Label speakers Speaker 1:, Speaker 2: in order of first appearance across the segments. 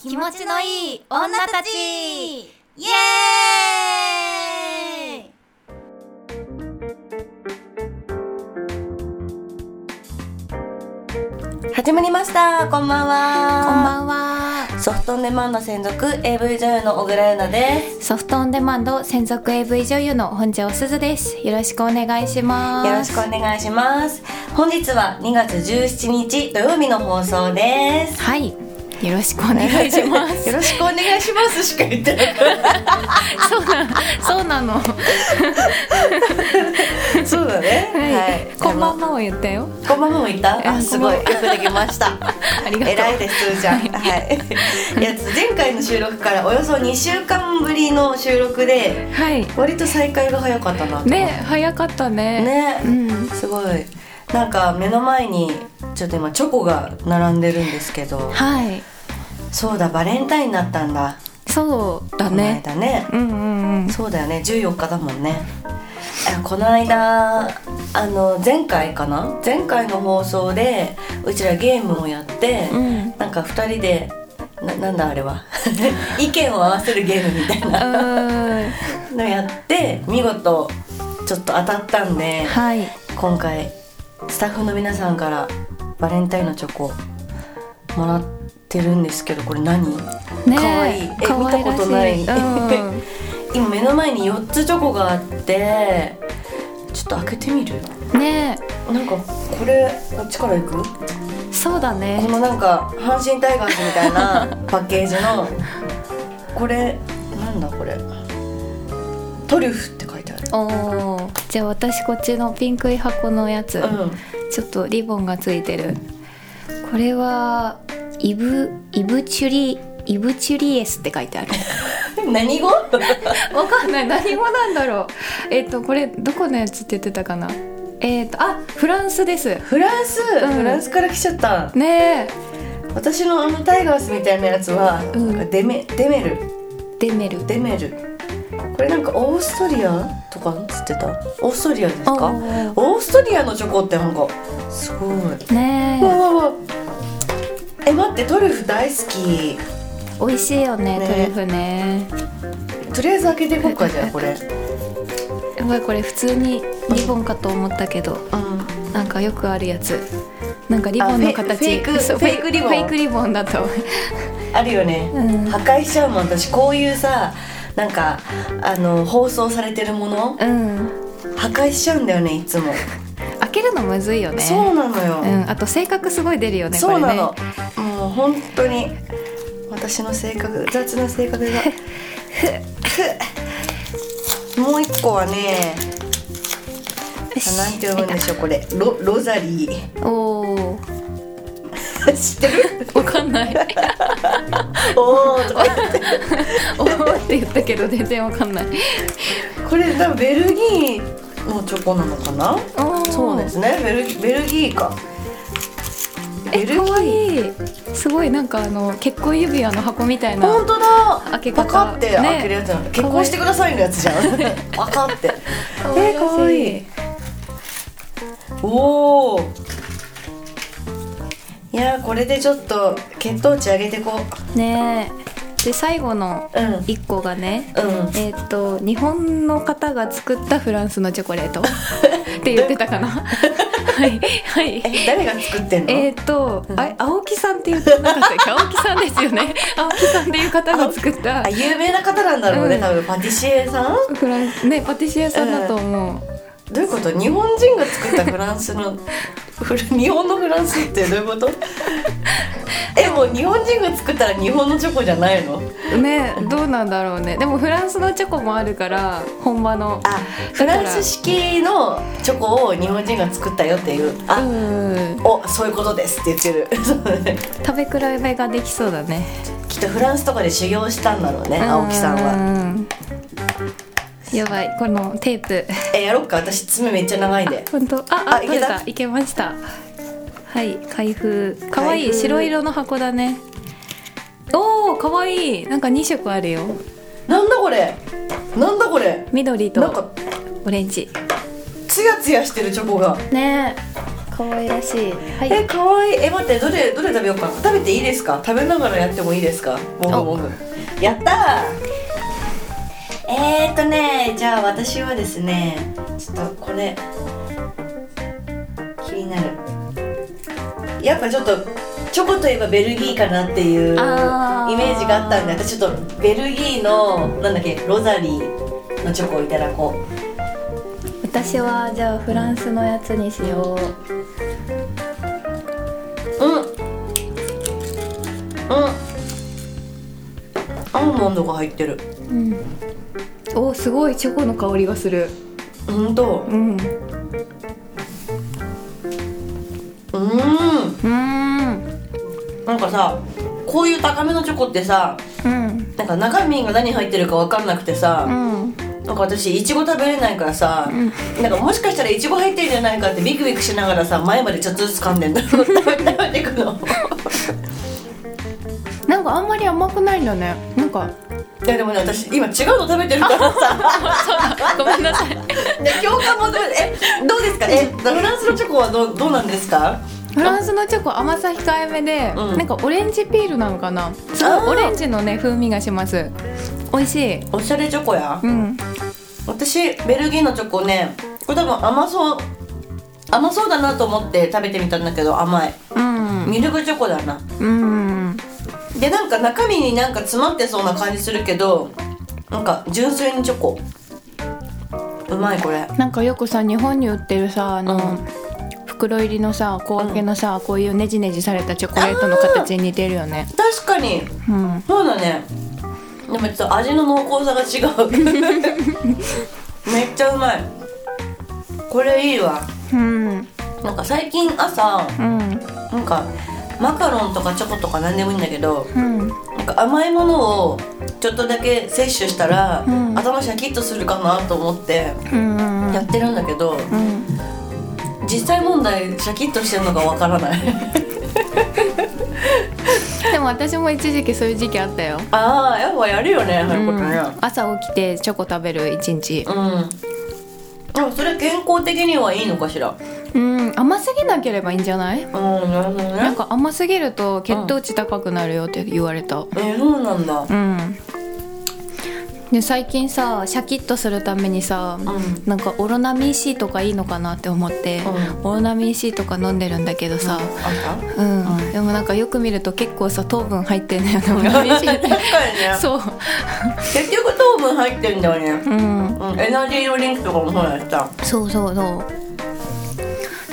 Speaker 1: 気持ちのいい女たちイエーイ
Speaker 2: 始まりましたこんばんは
Speaker 1: こんばんは
Speaker 2: ソフトオンデマンド専属 AV 女優の小倉優奈です
Speaker 1: ソフトオンデマンド専属 AV 女優の本庄すずですよろしくお願いします
Speaker 2: よろしくお願いします本日は2月17日土曜日の放送です
Speaker 1: はいよろしくお願いしま す
Speaker 2: よろしくお願いしますしか言ってない
Speaker 1: そうなそうなの、
Speaker 2: そうだねはい
Speaker 1: こんばん
Speaker 2: は
Speaker 1: はを言ったよ
Speaker 2: こんばんはも言った
Speaker 1: あ
Speaker 2: あすごいよくできました
Speaker 1: ありがとう
Speaker 2: 偉いですすずちゃんはいいや前回の収録からおよそ2週間ぶりの収録で
Speaker 1: はい
Speaker 2: 割と再開が早かったなと
Speaker 1: ね早かったね
Speaker 2: ね
Speaker 1: うん
Speaker 2: すごいなんか目の前にちょっと今チョコが並んでるんですけど
Speaker 1: はい
Speaker 2: そうだバレンタインだったんだ
Speaker 1: そうだ
Speaker 2: この
Speaker 1: ね
Speaker 2: 間ね
Speaker 1: うんうんうん
Speaker 2: そうだよね14日だもんねあこの間あの前回かな前回の放送でうちらゲームをやって、
Speaker 1: うん
Speaker 2: なんか2人でななんだあれは 意見を合わせるゲームみたいな
Speaker 1: は
Speaker 2: のやって見事ちょっと当たったんで
Speaker 1: い、
Speaker 2: 今回スタッフの皆さんからバレンタインのチョコもらってるんですけどこれ何
Speaker 1: ね
Speaker 2: かわいいえ
Speaker 1: 可愛らし
Speaker 2: 見たことない
Speaker 1: うん、
Speaker 2: 今目の前に4つチョコがあってちょっと開けてみる
Speaker 1: ね
Speaker 2: なんかこれこっちからいくこ
Speaker 1: そうだね
Speaker 2: のなんか阪神タイガースみたいな パッケージのこれなんだこれトリュフって書いてある
Speaker 1: おーじゃあ私こっちのピンクい箱のやつ、
Speaker 2: う
Speaker 1: ちょっとリボンがついてるこれはイブイブチュリイブチュリエスって書いてある
Speaker 2: ん何語
Speaker 1: わかんない何語なんだろうえっ、とこれどこのやつって言ってたかなえっ、とあフランスです
Speaker 2: フランス、
Speaker 1: ん
Speaker 2: フランスから来ちゃった
Speaker 1: ねえ
Speaker 2: 私のあのタイガースみたいなやつは、
Speaker 1: うん
Speaker 2: なんかデメデメル
Speaker 1: デメル
Speaker 2: デメルこれなんかオーストリアとかっつってたオーストリアですか
Speaker 1: おー
Speaker 2: オーストリアのチョコってなんかすごい、
Speaker 1: ね
Speaker 2: わわわえ待ってトリュフ大好き
Speaker 1: え美味しいよね
Speaker 2: ね
Speaker 1: トリュフね
Speaker 2: とりあえず開けていこうかじゃあこれ
Speaker 1: やばいこれ普通にリボンかと思ったけど
Speaker 2: う
Speaker 1: なんかよくあるやつなんかリボン
Speaker 2: あフ
Speaker 1: の
Speaker 2: ェイ
Speaker 1: 形
Speaker 2: フェイク
Speaker 1: そう
Speaker 2: フェイクリボン
Speaker 1: フェイクリボンだと
Speaker 2: んあるよね、
Speaker 1: うん
Speaker 2: 破壊しちゃうもん私こういうさなんかあの放送されてるもの
Speaker 1: うん
Speaker 2: 破壊しちゃうんだよねいつも、
Speaker 1: 開けるのむずいよね
Speaker 2: そうなのよ、
Speaker 1: うん、あと性格すごい出るよね
Speaker 2: そうなの
Speaker 1: こ、
Speaker 2: もう本当に私の性格雑な性 格がもう一個はね
Speaker 1: れね
Speaker 2: なんて読むんでしょうこれロロザリー
Speaker 1: ょおー
Speaker 2: 知ってる
Speaker 1: わかんない
Speaker 2: おーとか言って
Speaker 1: おーって言ったけど全然わかんない
Speaker 2: これ多分ベルギーのチョコなのかな
Speaker 1: おー
Speaker 2: そうですねベルギベルギーか
Speaker 1: え
Speaker 2: ベルギ
Speaker 1: かわ
Speaker 2: ー
Speaker 1: いいすごいなんかあの結婚指輪の箱みたいな
Speaker 2: 本当だ
Speaker 1: 開け
Speaker 2: パ
Speaker 1: 方
Speaker 2: カって開けるやつなの、
Speaker 1: ね
Speaker 2: 結婚してくださいのやつじゃ んパカって
Speaker 1: 可愛ら
Speaker 2: え
Speaker 1: し
Speaker 2: かわいいおおいやーこれでちょっと血糖値上げてこ
Speaker 1: ねえで最後の
Speaker 2: ううん
Speaker 1: 一個がね、
Speaker 2: うん
Speaker 1: えっ、と日本の方が作ったフランスのチョコレ ートって言ってたかなはいはい
Speaker 2: え誰が作ってんの、
Speaker 1: えっ、と、あ青木さんって言ってなかったっけ青木さんですよね青木さんっていう方が作った
Speaker 2: あ有名な方なんだろうね、
Speaker 1: うん
Speaker 2: 多分パティシエさん
Speaker 1: フランスねパティシエさんだと思う、
Speaker 2: どういうこと日本人が作ったフランス のフラ日本のフランスってどういうことえもう日本人が作ったら日本のチョコじゃないの
Speaker 1: ねどうなんだろうねでもフランスのチョコもあるから本場の
Speaker 2: あフランス式のチョコを日本人が作ったよっていうあ、
Speaker 1: うん
Speaker 2: おそういうことですって言ってる そうだね
Speaker 1: 食べ比べができそうだね
Speaker 2: きっとフランスとかで修行したんだろうね青木さんは
Speaker 1: うんやばいこのテープ
Speaker 2: えやろっか私爪めっちゃ長いんで
Speaker 1: 本当ああ
Speaker 2: あいけ
Speaker 1: 取れ
Speaker 2: た
Speaker 1: たいけましたはい開封かわい
Speaker 2: 開
Speaker 1: い
Speaker 2: 封
Speaker 1: 白色の箱だねおおかわいいなんか2色あるよ
Speaker 2: なんだこれなんだこれ
Speaker 1: 緑
Speaker 2: なんか
Speaker 1: とオレンジ
Speaker 2: ツヤツヤしてるチョコが
Speaker 1: ね可愛らしい。は
Speaker 2: え
Speaker 1: い。
Speaker 2: 可愛いえ待ってどれどれ食べようか食べていいですか食べながらやってもいいですかもぐもぐやったーえー、っとねじゃあ私はですねちょっとこれ気になるやっぱちょっとチョコといえばベルギーかなっていうイメ
Speaker 1: あー
Speaker 2: ージがあったんで私ちょっとベルギーのなんだっけロザリーのチョコをいただこう
Speaker 1: 私はじゃあフランスのやつにしよう。
Speaker 2: うんうんアーモンドが入ってる
Speaker 1: うん。おすごいチョコの香りがする。
Speaker 2: ほんと
Speaker 1: うん。う
Speaker 2: うん
Speaker 1: ーん。
Speaker 2: なんかさこういう高めのチョコってさ
Speaker 1: うん。
Speaker 2: なんか中身が何入ってるか分かんなくて
Speaker 1: う
Speaker 2: さ、
Speaker 1: ん。
Speaker 2: なんか私いちご食べれないからさ、なんかもしかしたらいちご入ってるんじゃないかってビクビクしながらさ前までちょっとずつ噛んでんだろう食べ食べてくの
Speaker 1: なんかあんまり甘くないんだね。なんか。
Speaker 2: いやでもね私今違うの食べてるからさ
Speaker 1: ごめんなさい。
Speaker 2: で共感もえどうですかえフランスのチョコはどうどうなんですか
Speaker 1: フランスのチョコ甘さ控えめで、
Speaker 2: うん
Speaker 1: なんかオレンジピールなのかな。すごい
Speaker 2: あー
Speaker 1: オレンジのね風味がします。美味しい。
Speaker 2: おしゃれチョコや
Speaker 1: うん。
Speaker 2: 私ベルギーのチョコねこれ多分甘そう甘そうだなと思って食べてみたんだけど甘い
Speaker 1: うん。
Speaker 2: ミルクチョコだな
Speaker 1: うん。
Speaker 2: でなんか中身になんか詰まってそうな感じするけどなんか純粋にチョコうまいこれ
Speaker 1: なんかよくさ日本に売ってるさあの、
Speaker 2: うん
Speaker 1: 袋入りのさ小分けのさ、こういうねじねじされたチョコレートの形に似てるよね。
Speaker 2: 確かに
Speaker 1: うん。
Speaker 2: そうだねでもちょっと味の濃厚さが違 うめっちゃうまいこれいいわ
Speaker 1: うん。
Speaker 2: なんか最近朝
Speaker 1: うん。
Speaker 2: なんかマカロンとかチョコとか何でもいいんだけど
Speaker 1: うん。
Speaker 2: なんか甘いものをちょっとだけ摂取したら、
Speaker 1: うん
Speaker 2: 頭シャキッとするかなと思って
Speaker 1: うん。
Speaker 2: やってるんだけど、
Speaker 1: うん。
Speaker 2: 実際問題シャキッとしてるのがわからない
Speaker 1: でも私も一時期そういう時期あったよ。
Speaker 2: ああやっぱやるよねやることね
Speaker 1: うん朝起きてチョコ食べる一日。
Speaker 2: うんでもそれ健康的にはいいのかしら
Speaker 1: うん。甘すぎなければいいんじゃない？
Speaker 2: うんなるほど
Speaker 1: なん
Speaker 2: ね
Speaker 1: か甘すぎると血糖値高くなるよって言われた。
Speaker 2: えそうなんだ
Speaker 1: うん。で最近さシャキッとするためにさ、
Speaker 2: う
Speaker 1: なんかオロナミン C とかいいのかなって思って、
Speaker 2: う
Speaker 1: オロナミン C とか飲んでるんだけどさ、
Speaker 2: あっ
Speaker 1: うん
Speaker 2: うん
Speaker 1: でもなんかよく見ると結構さ糖分入ってんだよねオロナミン C ったて
Speaker 2: 確かにね
Speaker 1: そう、
Speaker 2: 結局糖分入ってんだよね
Speaker 1: うん、
Speaker 2: うんエナジードリンクとかもそうだしさ
Speaker 1: そうそうそ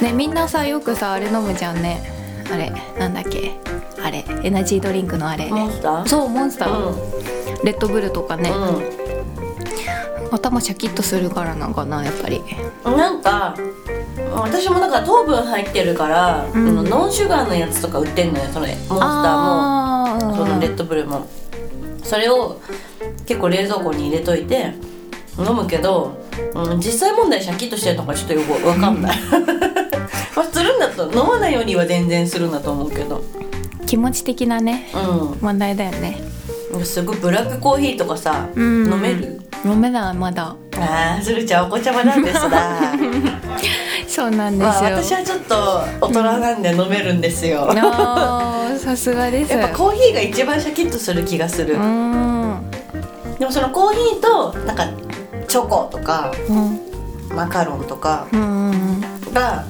Speaker 1: うねみんなさよくさあれ飲むじゃんねあれなんだっけあれエナジードリンクのあれ
Speaker 2: モンスター
Speaker 1: そうモンスター、
Speaker 2: う
Speaker 1: レッドブルとかね、
Speaker 2: んうん
Speaker 1: 頭シャキッとするからなんかなやっぱり
Speaker 2: なんか私もなんか糖分入ってるから、
Speaker 1: うん
Speaker 2: あのノンシュガーのやつとか売ってんのよそのモンスターも
Speaker 1: あー
Speaker 2: そのレッドブルもそれを結構冷蔵庫に入れといて飲むけど、うん、実際問題シャキッとしてるのかちょっとよくわかん ない、まあするんだと飲まないよりは全然するんだと思うけど
Speaker 1: 気持ち的なね
Speaker 2: う
Speaker 1: 問題だよね
Speaker 2: んすごいブラックコーヒーとかさ、
Speaker 1: うん
Speaker 2: 飲める
Speaker 1: 飲めないまだ
Speaker 2: ああ鶴ちゃんお子ちゃまなんです だ
Speaker 1: そうなんですよ、
Speaker 2: まあ私はちょっと大人なんで飲めるんですよ、
Speaker 1: あーさすがです
Speaker 2: やっぱコーヒーが一番シャキッとする気がする、
Speaker 1: うーん
Speaker 2: でもそのコーヒーとなんかチョコとか
Speaker 1: うん
Speaker 2: マカロンとか
Speaker 1: うんうん
Speaker 2: が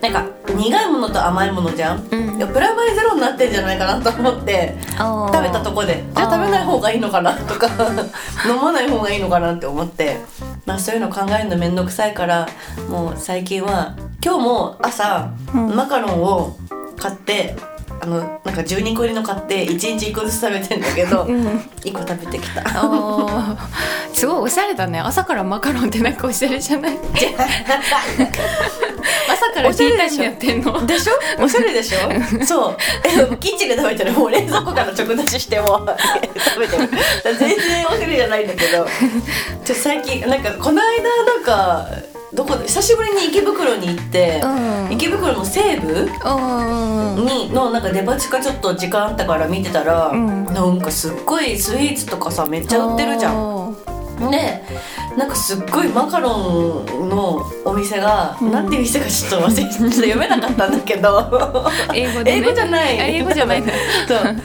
Speaker 2: なんか苦いものと甘いものじゃん、
Speaker 1: うん
Speaker 2: いやプラマイゼロになってんじゃないかなと思って
Speaker 1: あー
Speaker 2: 食べたとこでじゃあ食べない方がいいのかなとか 飲まない方がいいのかなって思って、まあ、そういうの考えるの面倒くさいからもう最近は今日も朝、
Speaker 1: うん
Speaker 2: マカロンを買ってあのなんか12個入りの買って1日1個ずつ食べてんだけど
Speaker 1: うん
Speaker 2: 1個食べてきた
Speaker 1: あーすごいおしゃれだね朝からマカロンってなんかおしゃれじゃない朝から
Speaker 2: おしゃれ
Speaker 1: ティータ
Speaker 2: で
Speaker 1: イ
Speaker 2: しょ
Speaker 1: ムやってんの
Speaker 2: でしょおしゃれでしょそう えキッチンで食べてるもう冷蔵庫から直出しして も食べてる全然おしゃれじゃないんだけどちょっと最近なんかこの間なんかどこで久しぶりに池袋に行って、
Speaker 1: うん
Speaker 2: 池袋の西部
Speaker 1: うんうん
Speaker 2: にのなんかデパ地下ちょっと時間あったから見てたら、
Speaker 1: うん
Speaker 2: なんかすっごいスイーツとかさめっちゃ売ってるじゃん
Speaker 1: ん
Speaker 2: でなんかすっごいマカロンのお店が、
Speaker 1: うん
Speaker 2: なんていう店かちょっと忘れちょっと読めなかったんだけど
Speaker 1: 英語で、ね、
Speaker 2: 英語じゃない
Speaker 1: あ英語じゃないんだ
Speaker 2: そう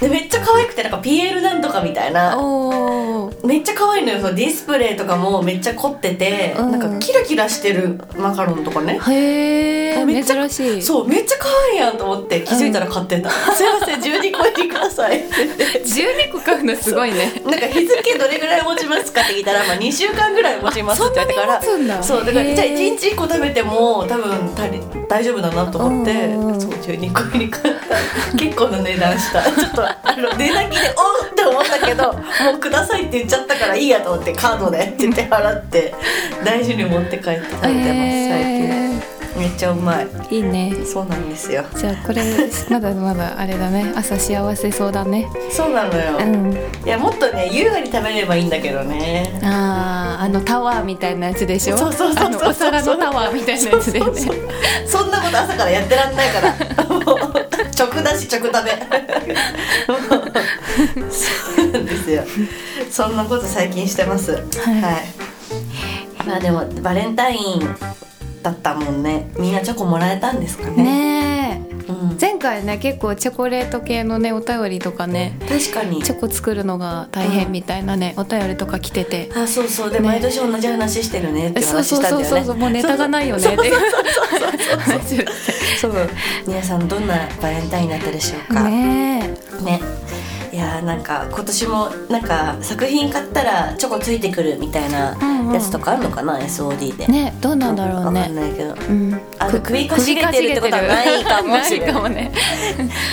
Speaker 2: でめっちゃ可愛くてなんか PL なんとかみたいな
Speaker 1: おお
Speaker 2: めっちゃ可愛いのよそのディスプレイとかもめっちゃ凝ってて、
Speaker 1: うん
Speaker 2: なんかキラキラしてるマカロンとかね
Speaker 1: へえ
Speaker 2: めっちゃ
Speaker 1: 珍しい
Speaker 2: そうめっちゃ可愛いやんと思って気づいたら買 ってた、すいません12個入りくださいって言って
Speaker 1: 12個買うのすごいね
Speaker 2: なんか日付どれぐらい持ちますかって聞いたら、まあ、2週間ぐらい持ちますって言ってから
Speaker 1: あそんなに持つんだ
Speaker 2: そうだから
Speaker 1: へー
Speaker 2: じゃあ1日1個食べても多分足り大丈夫だなと思って、
Speaker 1: うんうんうん
Speaker 2: そう12個入り買った 結構な値段したちょっとあの値段聞いておっって思ったけどもうくださいって言っちゃったからいいやと思ってカードでって言って払って大事に持って帰って食べてます最近
Speaker 1: へ
Speaker 2: めっちゃうまい
Speaker 1: えいいね
Speaker 2: そうなんですよ
Speaker 1: じゃあこれまだまだあれだね朝幸せそうだね
Speaker 2: そうなのよ、
Speaker 1: うん
Speaker 2: いやもっとね優雅に食べればいいんだけどね
Speaker 1: あーあのタワーみたいなやつでしょ
Speaker 2: そうそうそうそう
Speaker 1: あのお皿のタワーみたいなやつでね
Speaker 2: そうそう そんなこと朝からやってらん ないからもう直出し直食べもうそうなんですよそんなこと最近してますはい、
Speaker 1: い
Speaker 2: まあでもバレンタインだったもんねみんなチョコもらえたんですかね
Speaker 1: ねえ
Speaker 2: うん、
Speaker 1: 前回ね結構チョコレート系のねお便りとかね
Speaker 2: 確かに
Speaker 1: チョコ作るのが大変みたいなね、お便りとか来てて
Speaker 2: あそうそうで、
Speaker 1: ね
Speaker 2: 毎年同じ話してるねって
Speaker 1: そう
Speaker 2: 話
Speaker 1: そ
Speaker 2: し
Speaker 1: う
Speaker 2: たんだよ
Speaker 1: そ
Speaker 2: ね
Speaker 1: うそうそうもうネタがないよねっていう話をし
Speaker 2: そう皆さんどんなバレンタインだったでしょう
Speaker 1: て
Speaker 2: か、
Speaker 1: ね
Speaker 2: ねいやーなんか今年もなんか作品買ったらチョコついてくるみたいな
Speaker 1: うんうん
Speaker 2: やつとかあるのかな、SOD で
Speaker 1: えねどうなんだろう
Speaker 2: わかん
Speaker 1: ね
Speaker 2: ないけど
Speaker 1: うん
Speaker 2: あの
Speaker 1: く
Speaker 2: 首かしげてるってことは
Speaker 1: 首かしげてる
Speaker 2: ないかもしれない
Speaker 1: ないかもね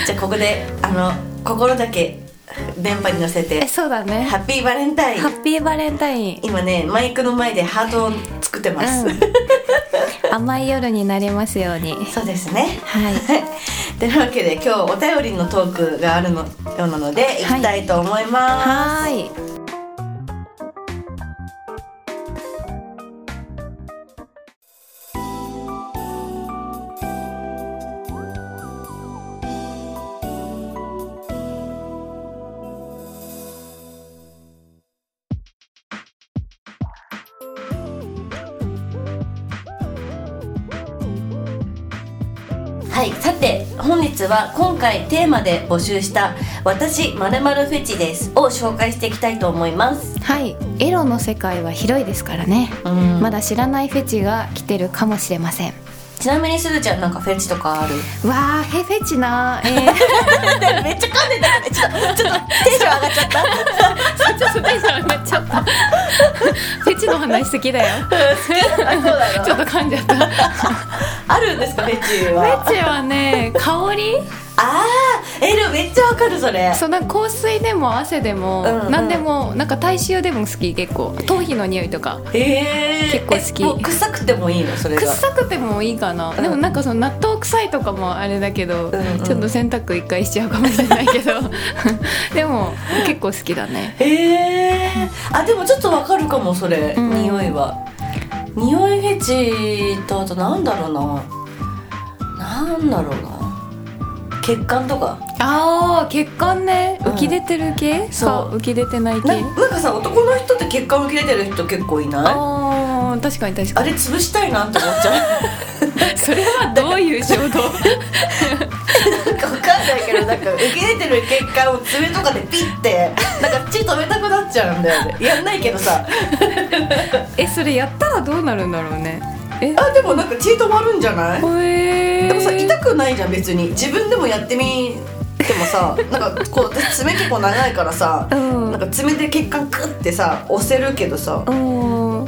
Speaker 2: じゃあここであの心だけ電波に乗せ
Speaker 1: え
Speaker 2: て
Speaker 1: そうだね
Speaker 2: ハッピーバレンタイン
Speaker 1: ハッピーバレンタイン
Speaker 2: 今ねマイクの前でハートを作ってます、
Speaker 1: うん、甘い夜になりますように
Speaker 2: そうですね
Speaker 1: はい
Speaker 2: はいというわけで今日お便りのトークがあるのようなので行きたいと思います、
Speaker 1: はーい
Speaker 2: はい、さて本日は今回テーマで募集した「私まるフェチです」を紹介していきたいと思います。
Speaker 1: はいエロの世界は広いですからね、
Speaker 2: うん
Speaker 1: まだ知らないフェチが来てるかもしれません
Speaker 2: ちなみにすずちゃんなんかフェチとかあ る
Speaker 1: わーへフェチなーえー、
Speaker 2: めっちゃ噛んでたね ちょっとちょっとテンション上がっちゃっ た
Speaker 1: ちょっと テンション上がっちゃったフェチの話好きだ よ
Speaker 2: そうだ
Speaker 1: ちょっと噛んじゃったフ
Speaker 2: あるんですかフェチは
Speaker 1: ェチはね香り
Speaker 2: あーエルめっちゃわかるそれ
Speaker 1: そうなんか香水でも汗でも、
Speaker 2: うんうん
Speaker 1: 何でもなんか体臭でも好き結構頭皮の匂いとか
Speaker 2: えー、
Speaker 1: 結構好き
Speaker 2: えもう臭くてもいいのそれが
Speaker 1: 臭くてもいいかな、
Speaker 2: ん
Speaker 1: でもなんかその納豆臭いとかもあれだけど、
Speaker 2: んうん
Speaker 1: ちょっと洗濯一回しちゃうかもしれないけ どでも結構好きだね
Speaker 2: えー、あでもちょっとわかるかもそれ、
Speaker 1: うん
Speaker 2: 匂いは匂いフェチとあとなんだろうななんだろうな血管とか
Speaker 1: ああ血管ね
Speaker 2: うん
Speaker 1: 浮き出てる系、
Speaker 2: そう
Speaker 1: か浮き出てない系
Speaker 2: ななんかさ男の人って血管を切れてる人結構いない
Speaker 1: あー確かに確
Speaker 2: あ
Speaker 1: か
Speaker 2: れ潰したいなって思っち ゃう
Speaker 1: にそれはどういう衝 動
Speaker 2: なんかわかんないけどなんか浮き出てる血管を爪とかでピッてなんか血止めたくなっちゃうんだよねやんないけどさ
Speaker 1: えそれやったらどうなるんだろうねえ
Speaker 2: あでもなんか血止まるんじゃない
Speaker 1: ほえー、
Speaker 2: でもさ痛くないじゃん別に自分でもやってみてもさなんかこう私爪結構長いからさ
Speaker 1: うん
Speaker 2: なんか爪で血管クッてさ押せるけどさ
Speaker 1: うん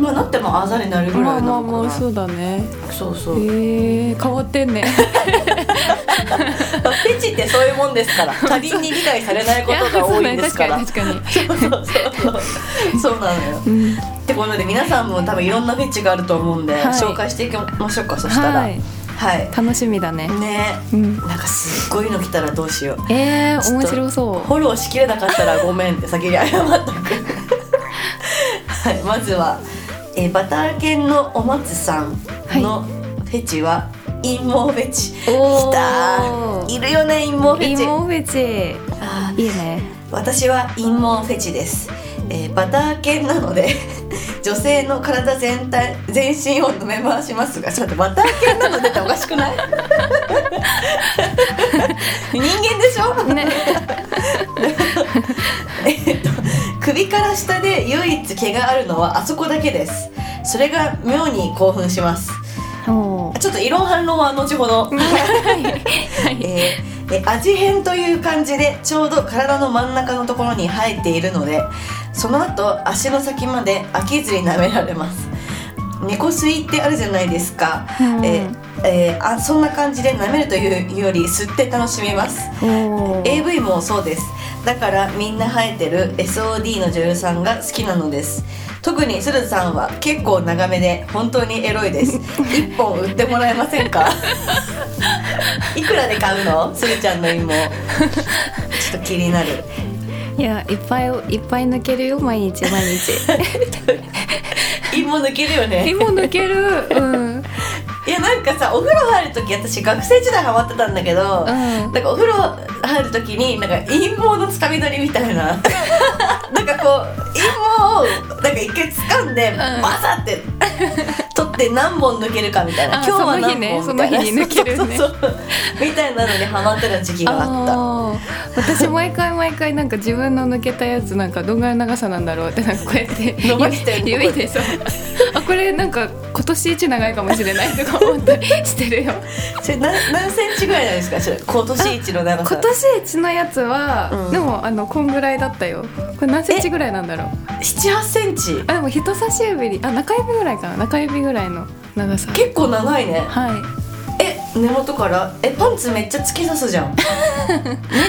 Speaker 2: まあなってもあざになるぐ
Speaker 1: ま
Speaker 2: ら
Speaker 1: あ
Speaker 2: いな
Speaker 1: まあ
Speaker 2: のか
Speaker 1: ま
Speaker 2: な
Speaker 1: あそうだね
Speaker 2: そうそ
Speaker 1: へ
Speaker 2: うフ
Speaker 1: えー、変わってんね
Speaker 2: ェチってそういうもんですから他人に理解されないことが多いんですから
Speaker 1: いやそうね確かに確
Speaker 2: そ
Speaker 1: か
Speaker 2: うそうそう そうなのよ
Speaker 1: に、う
Speaker 2: っ
Speaker 1: ん
Speaker 2: てことで皆さんも多分いろんなフェチがあると思うんで、
Speaker 1: はい
Speaker 2: 紹介していきましょうかそしたら
Speaker 1: は
Speaker 2: はいい、
Speaker 1: 楽しみだね。
Speaker 2: ね
Speaker 1: うん。
Speaker 2: なんかすっごいの来たらどうしよう
Speaker 1: え
Speaker 2: ち
Speaker 1: ー、
Speaker 2: ょっ
Speaker 1: 面
Speaker 2: と
Speaker 1: 白そ
Speaker 2: フォローしきれなかったらごめんって先に謝っとく はいまずは、えーバター犬のお松さんのフェチは陰謀フェチ、
Speaker 1: う。お
Speaker 2: きたーいるよね陰謀フ
Speaker 1: イ
Speaker 2: ェチ
Speaker 1: モフェ
Speaker 2: あー
Speaker 1: チ。いいね。
Speaker 2: 私は陰謀フェチです、えーバター犬なので 女性の体全体全身を飲め回しますがちょっと待って綿あけんなの出ておかしくない 人間でしょ、
Speaker 1: ね
Speaker 2: えっと首から下で唯一毛があるのはあそこだけですそれが妙に興奮します
Speaker 1: おー
Speaker 2: ちょっと異論反論は後ほど えーえ味変という感じでちょうど体の真ん中のところに生えているのでその後足の先まで飽きずに舐められます猫吸いってあるじゃないですか、
Speaker 1: うん
Speaker 2: えーえーあそんな感じで舐めるというより吸って楽しめます
Speaker 1: おー
Speaker 2: AV もそうですだからみんな生えてる SOD の女優さんが好きなのです特に鶴さんは結構長めで本当にエロいです一本売ってもらえません かいくらで買うの鶴ちゃんの芋ちょっと気になる
Speaker 1: いやいっぱいいっぱい抜けるよ毎日毎日
Speaker 2: 芋抜けるよね
Speaker 1: 今抜けるうん
Speaker 2: いやなんかさお風呂入る時私学生時代ハマってたんだけど、
Speaker 1: うん
Speaker 2: なんかお風呂入るときになんか陰謀のつかみ取りみたい ななんかこう陰謀をなんか一回掴んで、
Speaker 1: ん
Speaker 2: バサって取って何本抜けるかみたいな
Speaker 1: あ
Speaker 2: 今日は何本
Speaker 1: そ
Speaker 2: み
Speaker 1: の
Speaker 2: た
Speaker 1: 日
Speaker 2: いな
Speaker 1: ねその日に抜けるね
Speaker 2: そうそうそうみたいなのにハマってた時期があった
Speaker 1: あー私毎回毎回なんか自分の抜けたやつなんかどんぐらいの長さなんだろうってなんかこうやって
Speaker 2: 伸ばして
Speaker 1: 指指でそうあこれなんか今年一長いかもしれないとか思ったりしてる よ
Speaker 2: それ何何センチぐらいなんですかそれ今年一の長
Speaker 1: 今
Speaker 2: さ
Speaker 1: 年一のやつは、
Speaker 2: うん
Speaker 1: でもあのこんぐらいだったよこれ何センチぐらいなんだろう
Speaker 2: 78センチ
Speaker 1: あでも人差し指にあ中指ぐらいかな中指ぐらいの長さ
Speaker 2: 結構長いね
Speaker 1: はい
Speaker 2: え根元からえパンツめっちゃ突き刺すじ ゃんめっ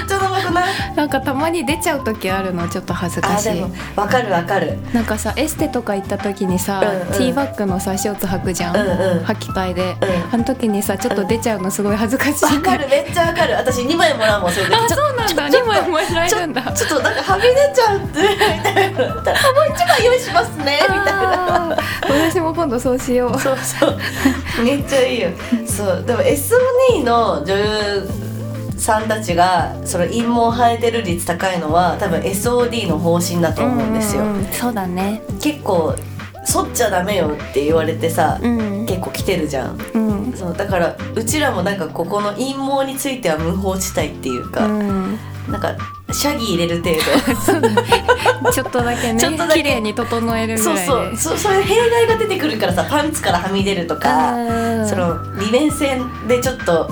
Speaker 2: ちゃ長くない
Speaker 1: なんかたまに出ちゃう時あるのちょっと恥ずか
Speaker 2: あ
Speaker 1: し
Speaker 2: で
Speaker 1: い
Speaker 2: もわかるわかる
Speaker 1: なんかさエステとか行った時にさ、
Speaker 2: うんうん
Speaker 1: ティーバッグのさショーツ履くじゃん、
Speaker 2: うんうん
Speaker 1: 履き替えで、
Speaker 2: うん
Speaker 1: あの時にさちょっと出ちゃうのすごい恥ずかしい
Speaker 2: わかるめっちゃわかる私2枚もらうもんそれで
Speaker 1: あ
Speaker 2: ちょ
Speaker 1: そうなんだ
Speaker 2: ちょ
Speaker 1: 2枚もらえ
Speaker 2: ちょ
Speaker 1: るんだ
Speaker 2: ちょっとなんかはみ出ちゃうってみたいなのだったらもう一枚用意しますねみたいな
Speaker 1: あー私も今度そうしよう
Speaker 2: そうそうめっちゃいいよそうでも S2 の女優さんたちがその陰謀生えてる率高いのは多分 SOD の方針だと思うんですよ、
Speaker 1: ううそうだね
Speaker 2: 結構剃っちゃダメよって言われてさ、
Speaker 1: うん
Speaker 2: 結構来てるじゃん
Speaker 1: うん
Speaker 2: そうだからうちらもなんかここの陰謀については無法地帯っていうか、
Speaker 1: うん
Speaker 2: なんかシャギ入れる 程度
Speaker 1: そうだねちょっとだけね
Speaker 2: ちょっとだけ
Speaker 1: 綺麗に整えるぐ
Speaker 2: そう
Speaker 1: らいで
Speaker 2: そうそうそういう弊害が出てくるからさパンツからはみ出るとか
Speaker 1: あー
Speaker 2: その利便性でちょっと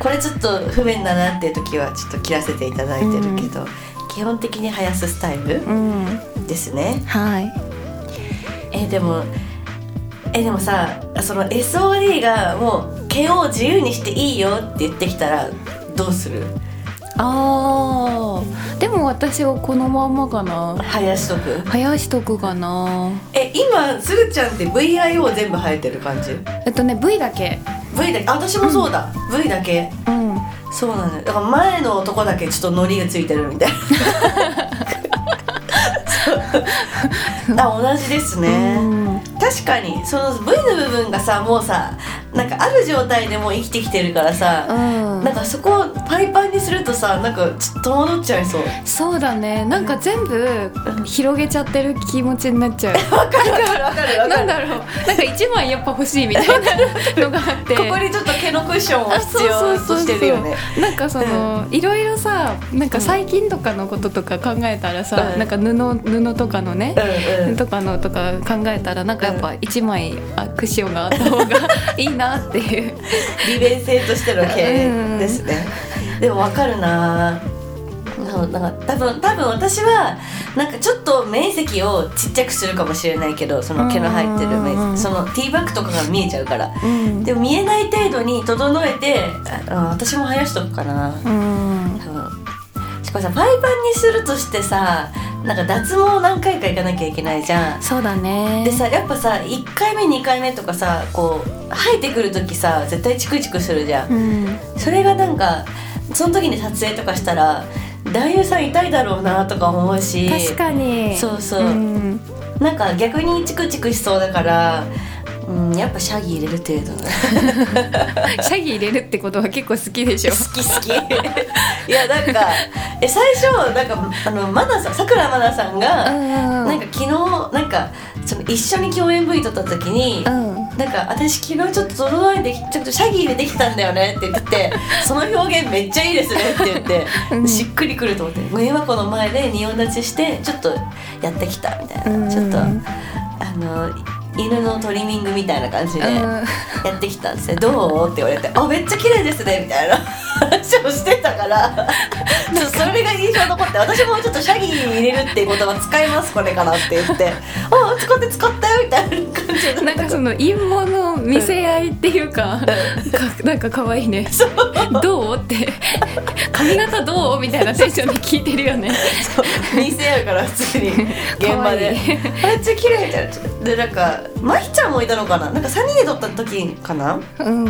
Speaker 2: これちょっと不便だなっていう時はちょっと切らせていただいてるけど、基本的に生やすスタイル
Speaker 1: うん
Speaker 2: ですね。
Speaker 1: はい
Speaker 2: えでもえでもさその SOD がもう毛を自由にしていいよって言ってきたらどうする
Speaker 1: あーでも私はこのまんまかな
Speaker 2: 生やしとく
Speaker 1: 生やしとくかな
Speaker 2: え今すぐちゃんって VIO 全部生えてる感じ
Speaker 1: えっとね V だけ
Speaker 2: V だけあ私もそうだ、V だけ
Speaker 1: うん
Speaker 2: そうなのよだから前の男だけちょっとノリがついてるみたいなあ同じですね確かにその V の部分がさもうさなんかある状態でもう生きてきてるからさ、
Speaker 1: うん
Speaker 2: なんかそこをパイパンにするとさなんかちょっと戸惑っちゃいそう
Speaker 1: そうだねなんか全部広げちゃってる気持ちになっ ちゃう
Speaker 2: わかるわかるわかるわか
Speaker 1: な
Speaker 2: る
Speaker 1: んだろうなんか一枚やっぱ欲しいみたいなのがあって
Speaker 2: ここにちょっと毛のクッションを必要としてるよね
Speaker 1: なんかその、いろいろさなんか最近とかのこととか考えたらさ、
Speaker 2: うん
Speaker 1: なんか布布とかのね、
Speaker 2: うんうん
Speaker 1: とかのとか考えたらなんかやっぱ一枚あクッションがあった方がいいなっていう
Speaker 2: 利便性としての経営ですね。でもわかるな。なんか多分多分私はなんかちょっと面積をちっちゃくするかもしれないけどその毛の入ってる面
Speaker 1: うんうんうん
Speaker 2: 積そのティーバッグとかが見えちゃうからでも見えない程度に整えてあ私も生やしとくかな
Speaker 1: うん
Speaker 2: 多分しかもさパイパンにするとしてさなんか脱毛何回か行かなきゃいけないじゃん
Speaker 1: そうだね
Speaker 2: でさやっぱさ1回目2回目とかさこう生えてくる時さ絶対チクチクするじゃん
Speaker 1: うん
Speaker 2: それがなんかその時に撮影とかしたら男優さん痛いだろうなとか思うし
Speaker 1: 確かに
Speaker 2: そうそう
Speaker 1: うん
Speaker 2: なんか逆にチクチクしそうだからうん、やっぱシャギ入れる程 度ね
Speaker 1: シャギ入れるってことは結構好きでしょ
Speaker 2: 好き好き いやなんかえ最初なんかあのマナさんさくらまなさんが、
Speaker 1: な
Speaker 2: なんか昨日なんかその一緒に共演 V 撮った時に、
Speaker 1: うん
Speaker 2: なんか私昨日ちょっとゾロワインできちょっとシャギーでできたんだよねって言 ってその表現めっちゃいいですねって言って、
Speaker 1: うん
Speaker 2: しっくりくると思って迷惑の前で仁王立ちしてちょっとやってきたみたいな、
Speaker 1: うん
Speaker 2: ちょっとあの犬のトリミングみたいな感じでやってきたんですよ「どう?」って言われて「あめっちゃ綺麗ですね」みたいな話をしてたからちょっとそれが印象に残って私もちょっとシャギー入れるっていう言葉使いますこれからって言って「あ使って使ったよ」みたいな感じ
Speaker 1: うんなんかその陰謀の見せ合いっていうかかなんか可愛いねどうって髪型どうみたいなテンションで聞いてるよね
Speaker 2: 見せ合うから普通 に現場で
Speaker 1: 可愛い
Speaker 2: 「あっち綺麗みたいなでなんかまひちゃんもいたのかななんか3人で撮った時かな
Speaker 1: うん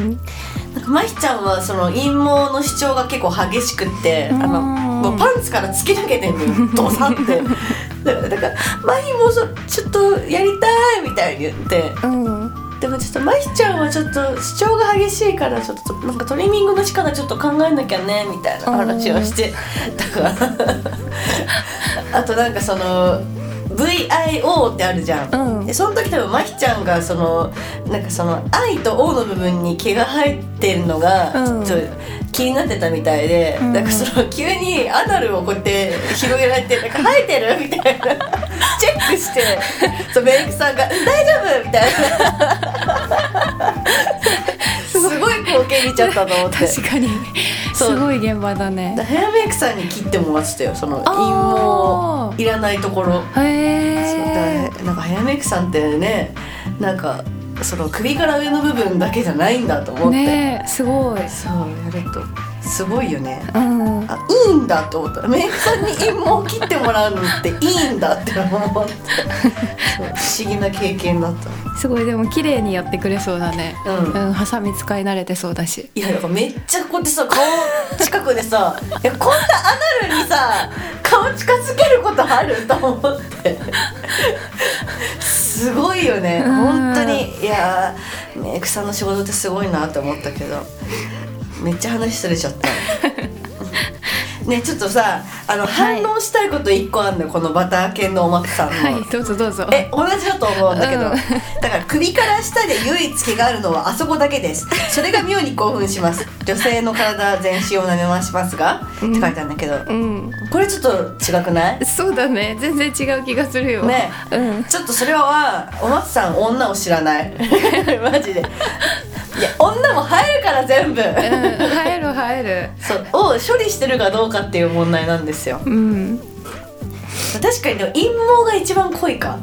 Speaker 2: なんかまひちゃんはその陰謀の主張が結構激しくってあの
Speaker 1: うん
Speaker 2: もうパンツから突き投げてんのよ ドサってだだから「まひもそちょっとやりたい」みたいに言って
Speaker 1: うん
Speaker 2: でもちょっとまひちゃんはちょっと主張が激しいからちょっとなんかトリミングの仕方ちょっと考えなきゃねみたいな話をしてだからあとなんかその VIO ってあるじゃん、
Speaker 1: うん
Speaker 2: でその時多分まひちゃんがそのなんかその「I」と「O」の部分に毛が入ってるのが
Speaker 1: うん
Speaker 2: ちょっと気になってたみたいで、
Speaker 1: うん
Speaker 2: なんかその急にアナルをこうやって広げられて「なんか生えてる?」み たいなチェックしてそうメイクさんが「大丈夫?」みたいなすごい光景見ちゃったと思って。
Speaker 1: 確か に
Speaker 2: そう
Speaker 1: すごい現場だね
Speaker 2: ヘアメイクさんに切ってもらってたよその陰
Speaker 1: あー
Speaker 2: 謀いらないところ
Speaker 1: へ
Speaker 2: そうだ
Speaker 1: え
Speaker 2: なんかヘアメイクさんってねなんかその首から上の部分だけじゃないんだと思って、
Speaker 1: ねえすごい
Speaker 2: そうやるとすごいよね
Speaker 1: うん
Speaker 2: あいいんだと思ったメイクさんに陰毛を切ってもらうのっていいんだって思ってそう不思議な経験だっ
Speaker 1: すごいでも綺麗にやってくれそうだね
Speaker 2: たうん
Speaker 1: うんハサミ使い慣れてそうだし
Speaker 2: いやなんかめっちゃこうやってさ顔近くでさいやこんなアナルにさ顔近づけることあると思ってすごいよね
Speaker 1: うん
Speaker 2: 本当にいやーメイクさんの仕事ってすごいなって思ったけどめっちゃ話しれちゃったねちょっとさあの、
Speaker 1: はい
Speaker 2: 反応したいこと一個あんのよこのバター犬のおまつさんの、
Speaker 1: はいどうぞどうぞ
Speaker 2: え同じだと思うんだけど、
Speaker 1: うん
Speaker 2: だから首から下で唯一毛があるのはあそこだけですそれが妙に興奮し ます女性の体全身を舐め回しますが、
Speaker 1: うん
Speaker 2: って書いてあるんだけど
Speaker 1: うん
Speaker 2: これちょっと違くない
Speaker 1: そうだね全然違う気がするよ
Speaker 2: ね
Speaker 1: うん
Speaker 2: ちょっとそれはお松さん女を知らない マジでいや女も生えるから全部
Speaker 1: うん生える生え
Speaker 2: そうを処理してるかどうかっていう問題なんですよ
Speaker 1: るうん
Speaker 2: 確かにでも陰毛が一番濃いか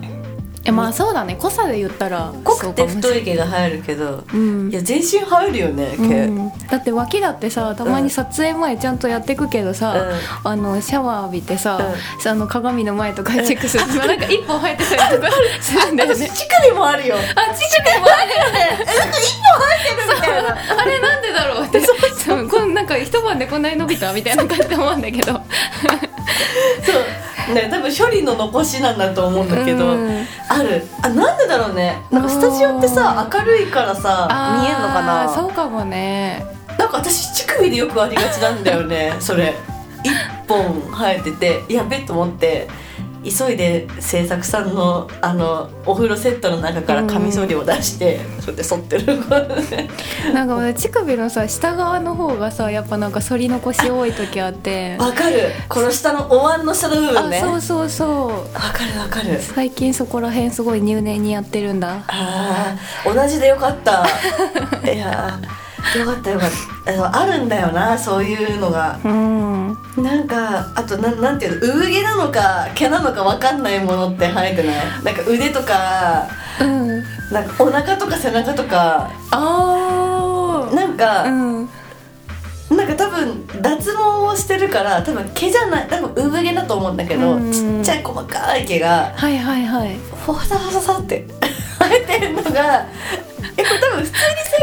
Speaker 1: えまあそうだね濃さで言ったら
Speaker 2: 濃くて太
Speaker 1: い
Speaker 2: い毛が生えるけど
Speaker 1: うん
Speaker 2: いや全身生えるよね毛、
Speaker 1: うんだって脇だってさたまに撮影前ちゃんとやってくけどさ、あのシャワー浴びてさ、
Speaker 2: う
Speaker 1: あの鏡の前とかチェックするとさ、なんか一本生えてたりとかするんだよね
Speaker 2: 私乳首もあるよ
Speaker 1: あちっちゃくもあるよね
Speaker 2: えなんか一本生えてるみたいな
Speaker 1: あれなんでだろうってそうこんなんか一晩でこんなに伸びたみたいな感じで思うんだけど
Speaker 2: そうね多分処理の残しなんだと思うんだけど、
Speaker 1: うん
Speaker 2: あるあなんでだろうねなんかスタジオってさ明るいからさ
Speaker 1: あー
Speaker 2: 見えんのかな
Speaker 1: そうかもね
Speaker 2: なんか私乳首でよくありがちなんだよねそれ一本生えててやべっと思って急いで制作さんのあのお風呂セットの中からカミソリを出して、それで剃って る
Speaker 1: なんか乳首のさ下側の方がさやっぱなんか反り残し多い時あって
Speaker 2: わかるこの下のお椀の下の部分ね
Speaker 1: そ
Speaker 2: わ
Speaker 1: うそうそう
Speaker 2: かるわかる
Speaker 1: 最近そこら辺すごい入念にやってるんだ
Speaker 2: ああ同じでよかった いやーよかったよかったあのあるんだよなそういうのが
Speaker 1: うん
Speaker 2: なんかあとなんなんていうの産毛なのか毛なのかわかんないものって生えてないなんか腕とか
Speaker 1: うん
Speaker 2: なんかお腹とか背中とか
Speaker 1: あ
Speaker 2: なんか、
Speaker 1: うん
Speaker 2: なんか多分脱毛をしてるから多分毛じゃない多分産毛だと思うんだけど、
Speaker 1: うん
Speaker 2: ちっちゃい細かい毛が
Speaker 1: はいはいはい
Speaker 2: ほさほささって生えてるのがえこれ多分普通に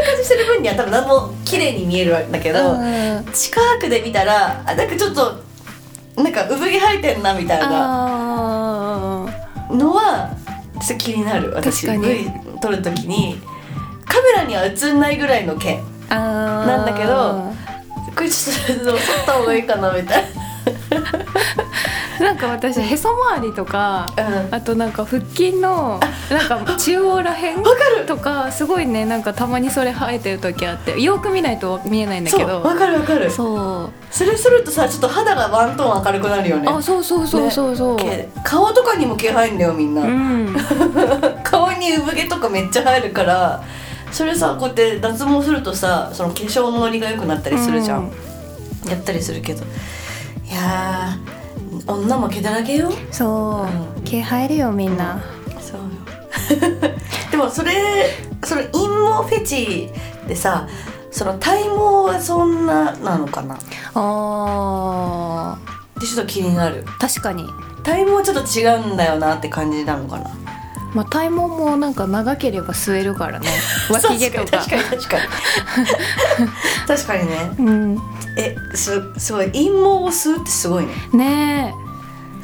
Speaker 2: 生活してる分には多分何も綺麗に見えるんだけど、
Speaker 1: うん
Speaker 2: 近くで見たらあなんかちょっとなんか産毛生えてんなみたいな
Speaker 1: あー
Speaker 2: のはちょっと気になる私
Speaker 1: 確かに
Speaker 2: V 撮る時にカメラには映んないぐらいの毛
Speaker 1: あー
Speaker 2: なんだけどこれちょっと剃った方がいいかなみたい
Speaker 1: なんか私へそ周りとか
Speaker 2: な、うん、
Speaker 1: あとなんか腹筋のなんか中央らへんとかすごいねなんかたまにそれ生えてる時あってよく見ないと見えないんだ
Speaker 2: そ
Speaker 1: け
Speaker 2: う
Speaker 1: ど
Speaker 2: わかるわかるそ
Speaker 1: そう
Speaker 2: れするとさちょっと肌がワントーン明るくなるよね
Speaker 1: あそうそうそうそうそう、
Speaker 2: 毛顔とかにも毛入んだよみんな、
Speaker 1: うん
Speaker 2: 顔に産毛とかめっちゃ入るからそれさこうやって脱毛するとさその化粧のノリが良くなったりするじゃん、やったりするけどいやー女も毛だらけよ
Speaker 1: そう毛生えるよみんな
Speaker 2: そうよ でもそれその陰毛フェチでさその体毛はそんななのかなっ
Speaker 1: あー
Speaker 2: てちょっと気になる
Speaker 1: 確かに
Speaker 2: 体毛はちょっと違うんだよなって感じなのかな
Speaker 1: まあ体毛もなんか長ければ吸えるから ね脇毛とか
Speaker 2: 確かに確かに確かに確かにね
Speaker 1: うん
Speaker 2: えすすごい陰謀を吸うってすごいね
Speaker 1: ね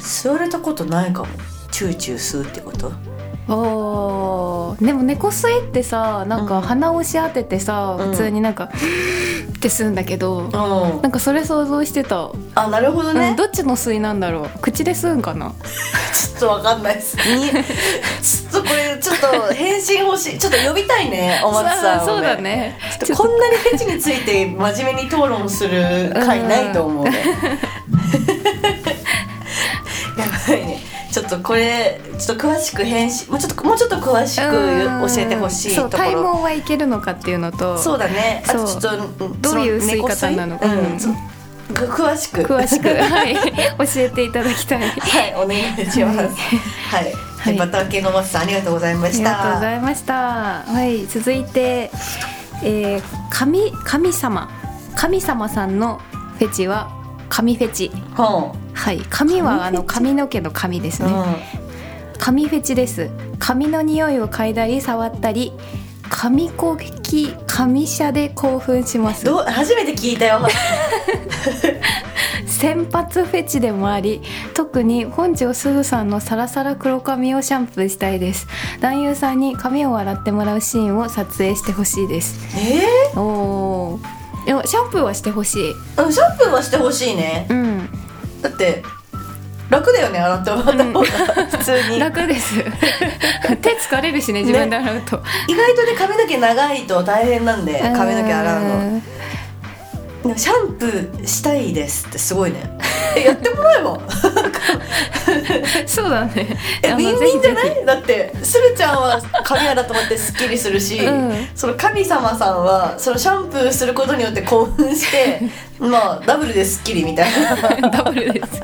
Speaker 2: 吸われたことないかもチューチュー吸うってこと
Speaker 1: えおーでも猫吸いってさなん
Speaker 2: う
Speaker 1: か
Speaker 2: ん
Speaker 1: 鼻をし当ててさ、
Speaker 2: うん
Speaker 1: 普通になんかって吸うんだけど、
Speaker 2: うん
Speaker 1: なんかそれ想像してた、
Speaker 2: あなるほど
Speaker 1: うん
Speaker 2: ね
Speaker 1: どっちの吸いなんだろう口で吸うんかな
Speaker 2: ちょっとわかんないですに ちょっとこれちょっと返信欲しいちょっと呼びたいねお松さんを、
Speaker 1: そうそうだね
Speaker 2: ちょっとこんなにフェチについて真面目に討論する回ないと思うね やばいねちょっとこれちょっと詳しく返信もうちょっともうちょっと詳しく
Speaker 1: うん
Speaker 2: 教えてほしいところ
Speaker 1: そう体毛はいけるのかっていうのと
Speaker 2: そうだね。あと
Speaker 1: そう
Speaker 2: ちょっとん
Speaker 1: どういう吸い方
Speaker 2: そ猫吸
Speaker 1: なのか
Speaker 2: う
Speaker 1: うん
Speaker 2: ん、そうぐ詳しく。
Speaker 1: 詳 しく、はい、教えていただきたい。
Speaker 2: はい、お願いします。はい。
Speaker 1: はい
Speaker 2: でバター系のマスさんありがとうございま
Speaker 1: あ
Speaker 2: し
Speaker 1: りがとうご
Speaker 2: た。
Speaker 1: ざいました。はい、続いて、えー、神神様神様さんのフェチは髪フェチ。
Speaker 2: ほ
Speaker 1: はい、髪はあ
Speaker 2: 髪フェチ
Speaker 1: の髪の毛の髪です
Speaker 2: う。う
Speaker 1: ね。
Speaker 2: ん。
Speaker 1: 髪フェチです。髪の匂いを嗅いだり触ったり、髪こき髪車で興奮します。
Speaker 2: どう初めて聞いたよ。
Speaker 1: 先発フェチでもあり特に本庄すずさんのサラサラ黒髪をシャンプーしたいです男優さんに髪を洗ってもらうシーンを撮影してほしいです
Speaker 2: え
Speaker 1: おーでもシャンプーはしてほしい
Speaker 2: ーうんシャンプーはしてほしいね。
Speaker 1: うん
Speaker 2: だって楽だよね洗ってもらった方が普通に。
Speaker 1: 楽です 手疲れるしね自分で洗うと、
Speaker 2: 意外とね髪の毛長いと大変なんで 髪の毛洗うの。
Speaker 1: の
Speaker 2: でもシャンプーしたいですってすごいね。えやってもらえば。
Speaker 1: そうだね
Speaker 2: え
Speaker 1: あ
Speaker 2: ウ
Speaker 1: の
Speaker 2: ィンウ
Speaker 1: ぜ
Speaker 2: ィ
Speaker 1: ひ
Speaker 2: ンじゃ
Speaker 1: ぜ
Speaker 2: な
Speaker 1: ひ
Speaker 2: いだってするちゃんは髪洗ってもらってすっきりするし、
Speaker 1: うん
Speaker 2: その神様さんはそのシャンプーすることによって興奮 してまあダブルですっきりみたいな
Speaker 1: ダブルです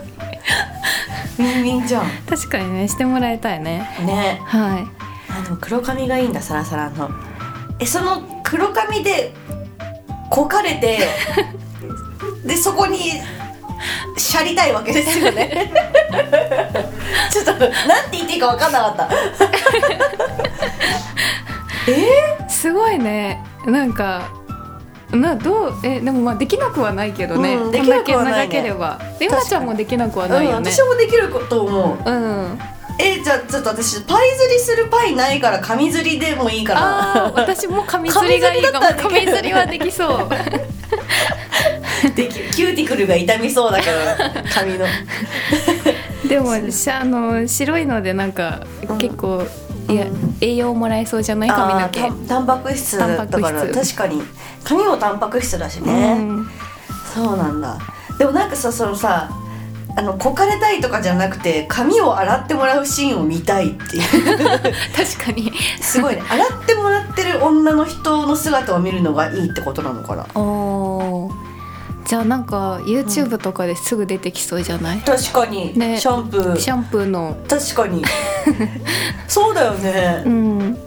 Speaker 2: ウィンウィンじゃん
Speaker 1: 確かにねしてもらいたいね
Speaker 2: ね
Speaker 1: はい
Speaker 2: あでも黒髪がいいんだサラサラのえその黒髪でこかれ てでそこにしゃりたいわけですよ ねちょっとなんて言っていいか分かんなかった
Speaker 1: すごいねなんかなどうえでもまあできなくはないけどね、
Speaker 2: うんできなくはないね
Speaker 1: こんだけ長ければゆなちゃんもできなくはないよ
Speaker 2: うん、
Speaker 1: ね
Speaker 2: 私もできると思う
Speaker 1: うん、
Speaker 2: えじゃあちょっと私パイ釣りするパイないから紙釣りでもいいかな
Speaker 1: あー私も髪釣りがいいかも
Speaker 2: 髪
Speaker 1: 髪
Speaker 2: 釣
Speaker 1: 釣
Speaker 2: り
Speaker 1: り
Speaker 2: だ
Speaker 1: は
Speaker 2: ったらで
Speaker 1: できそう
Speaker 2: できるキューティクルが痛みそうだ から髪の
Speaker 1: でもしあの白いのでなんか、
Speaker 2: うん
Speaker 1: 結構いや、栄養もらえそうじゃない髪の毛
Speaker 2: あーたタンパク質だか
Speaker 1: タンパ
Speaker 2: ら
Speaker 1: ク
Speaker 2: 確かに髪もタンパク質だし
Speaker 1: う
Speaker 2: ね、
Speaker 1: ん、
Speaker 2: そうなんだでもなんかさそのさあのこかれたいとかじゃなくて髪を洗ってもらうシーンを見たいっていう
Speaker 1: 確かに
Speaker 2: すごいね洗ってもらってる女の人の姿を見るのがいいってことなのかな
Speaker 1: おーじゃあなんか YouTube とかですぐ出てきそうじゃない、
Speaker 2: 確かに、
Speaker 1: ね
Speaker 2: シャンプー
Speaker 1: シャンプーの
Speaker 2: 確か にそうだよね
Speaker 1: うん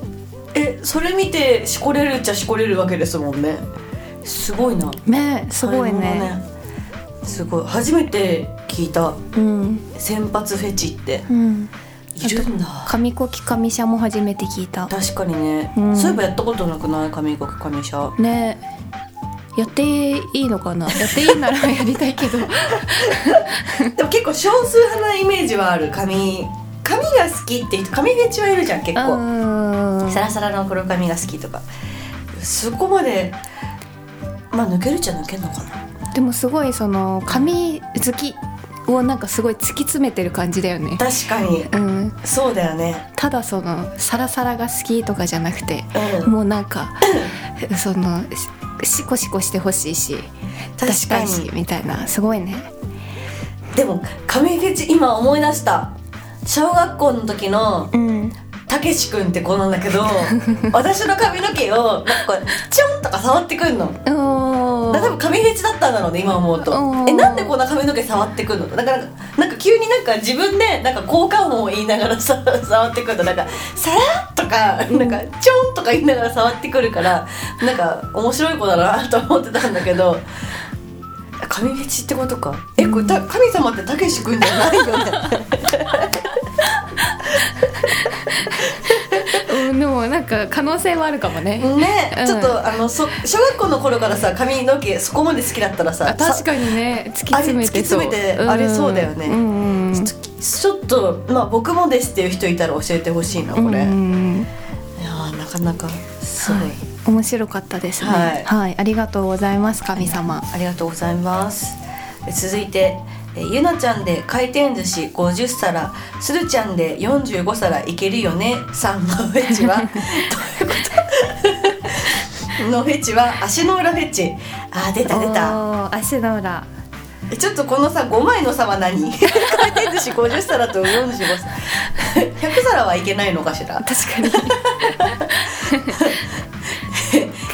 Speaker 2: えそれ見てしこれるっちゃしこれるわけですもんねすごいな
Speaker 1: ねすごい
Speaker 2: 才能
Speaker 1: ね
Speaker 2: すごい初めて聞いた
Speaker 1: うん
Speaker 2: 先発フェチって
Speaker 1: うん
Speaker 2: いるんだ
Speaker 1: 紙コキ紙車も初めて聞いた
Speaker 2: 確かにね、
Speaker 1: うん
Speaker 2: そういえばやったことなくない紙コ紙社
Speaker 1: ねやっていいのかなやっていいならやりたいけ ど
Speaker 2: でも結構少数派なイメージはある紙紙が好きって人紙フェチはいるじゃん結
Speaker 1: う
Speaker 2: 構
Speaker 1: ん
Speaker 2: サラサラの黒髪が好きとかそこまでまあ抜けるっちゃ抜けんのかな
Speaker 1: でもすごいその髪好きをなんかすごい突き詰めてる感じだよね
Speaker 2: 確かに
Speaker 1: うん
Speaker 2: そうだよね
Speaker 1: ただそのサラサラが好きとかじゃなくて
Speaker 2: うん
Speaker 1: もうなんか そのしシコシコしてほしいし出
Speaker 2: 確
Speaker 1: した
Speaker 2: か
Speaker 1: いし
Speaker 2: に
Speaker 1: みたいなすごいね
Speaker 2: でも髪フェチ今思い出した小学校の時の
Speaker 1: うん
Speaker 2: たけし君って子なんだけ ど私の髪の毛をなんかこうチョンとか触ってくんの
Speaker 1: お
Speaker 2: だから多分
Speaker 1: ー
Speaker 2: 髪フェチだったんだろうね今思うと
Speaker 1: うん
Speaker 2: えなんでこんな髪の毛触ってくんのなんかなんかなんか急になんか自分でなんか効果音を言いながらさ 触ってくるとなんかさらっとかなんかちょんとか言いながら触ってくるからなんか面白い子だなと思ってたんだけど髪フェチってことかえこれた神様ってたけし君じゃないよね
Speaker 1: うんでもなんか可能性はあるかも ね
Speaker 2: ね、
Speaker 1: う ん
Speaker 2: ちょっとあのそ小学校の頃からさ髪の毛そこまで好きだったらさ
Speaker 1: あ確かにね突き詰めてそう
Speaker 2: あれ突き詰めてあれそうだよね
Speaker 1: うんうん
Speaker 2: ちょちょっと、まあ、僕もですっていう人いたら教えてほしいなこれ、
Speaker 1: う
Speaker 2: い
Speaker 1: ん
Speaker 2: やーなかなかすごい、
Speaker 1: はい面白かったですね
Speaker 2: はい
Speaker 1: はい、ありがとうございます神様
Speaker 2: ありがとうございますえ続いてえゆなちゃんで回転寿司50皿するちゃんで45皿いけるよねさんのフェチは どういうこと のフェチは足の裏フェチあー出た出た
Speaker 1: おー足の裏
Speaker 2: えちょっとこのさ5枚の差は何 回転寿司50皿と45皿100皿はいけないのかしら
Speaker 1: 確かに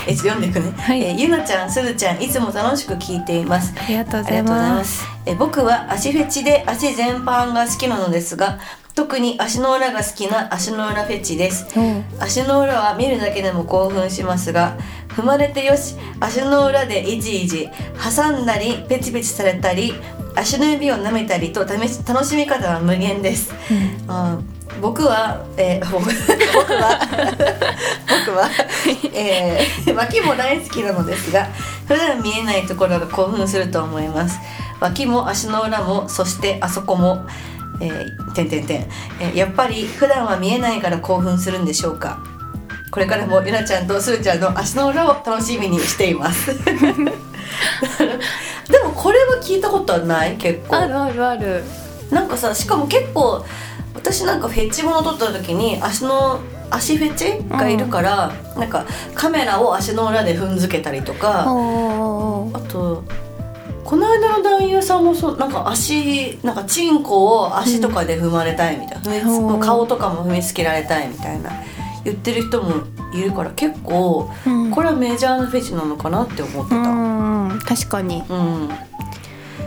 Speaker 2: え読んでいくね、
Speaker 1: はい
Speaker 2: えーゆなちゃんすずちゃんいつも楽しく聞いています
Speaker 1: ありがとう
Speaker 2: あ
Speaker 1: ござ
Speaker 2: り
Speaker 1: い
Speaker 2: がとうござい
Speaker 1: ま
Speaker 2: ますすえー僕は足フェチで足全般が好きなのですが特に足の裏が好きな足の裏フェチです
Speaker 1: うん
Speaker 2: 足の裏は見るだけでも興奮しますが踏まれてよし足の裏でいじいじ挟んだりペチペチされたり足の指を舐めたりと試し楽しみ方は無限ですあー僕は、えー、僕僕は僕は、えー脇も大好きなのですが普段見えないところが興奮すると思います脇も足の裏もそしてあそこもえー、てんてんてん、えーやっぱり普段は見えないから興奮するんでしょうかこれからもゆなちゃんとするちゃんの足の裏を楽しみにしています でもこれは聞いたことはない結構
Speaker 1: あるあるある
Speaker 2: なんかさしかも結構私なんかフェチもの撮った時に足の足フェチがいるから、なんかカメラを足の裏で踏んづけたりとか、
Speaker 1: お
Speaker 2: あとこの間の男優さんもそうなんか足なんかチンコを足とかで踏まれたいみたいな、
Speaker 1: うん
Speaker 2: 踏みつ顔とかも踏みつけられたいみたいな言ってる人もいるから結構
Speaker 1: うん
Speaker 2: これはメジャーなフェチなのかなって思って
Speaker 1: う
Speaker 2: た。うん
Speaker 1: ん確かに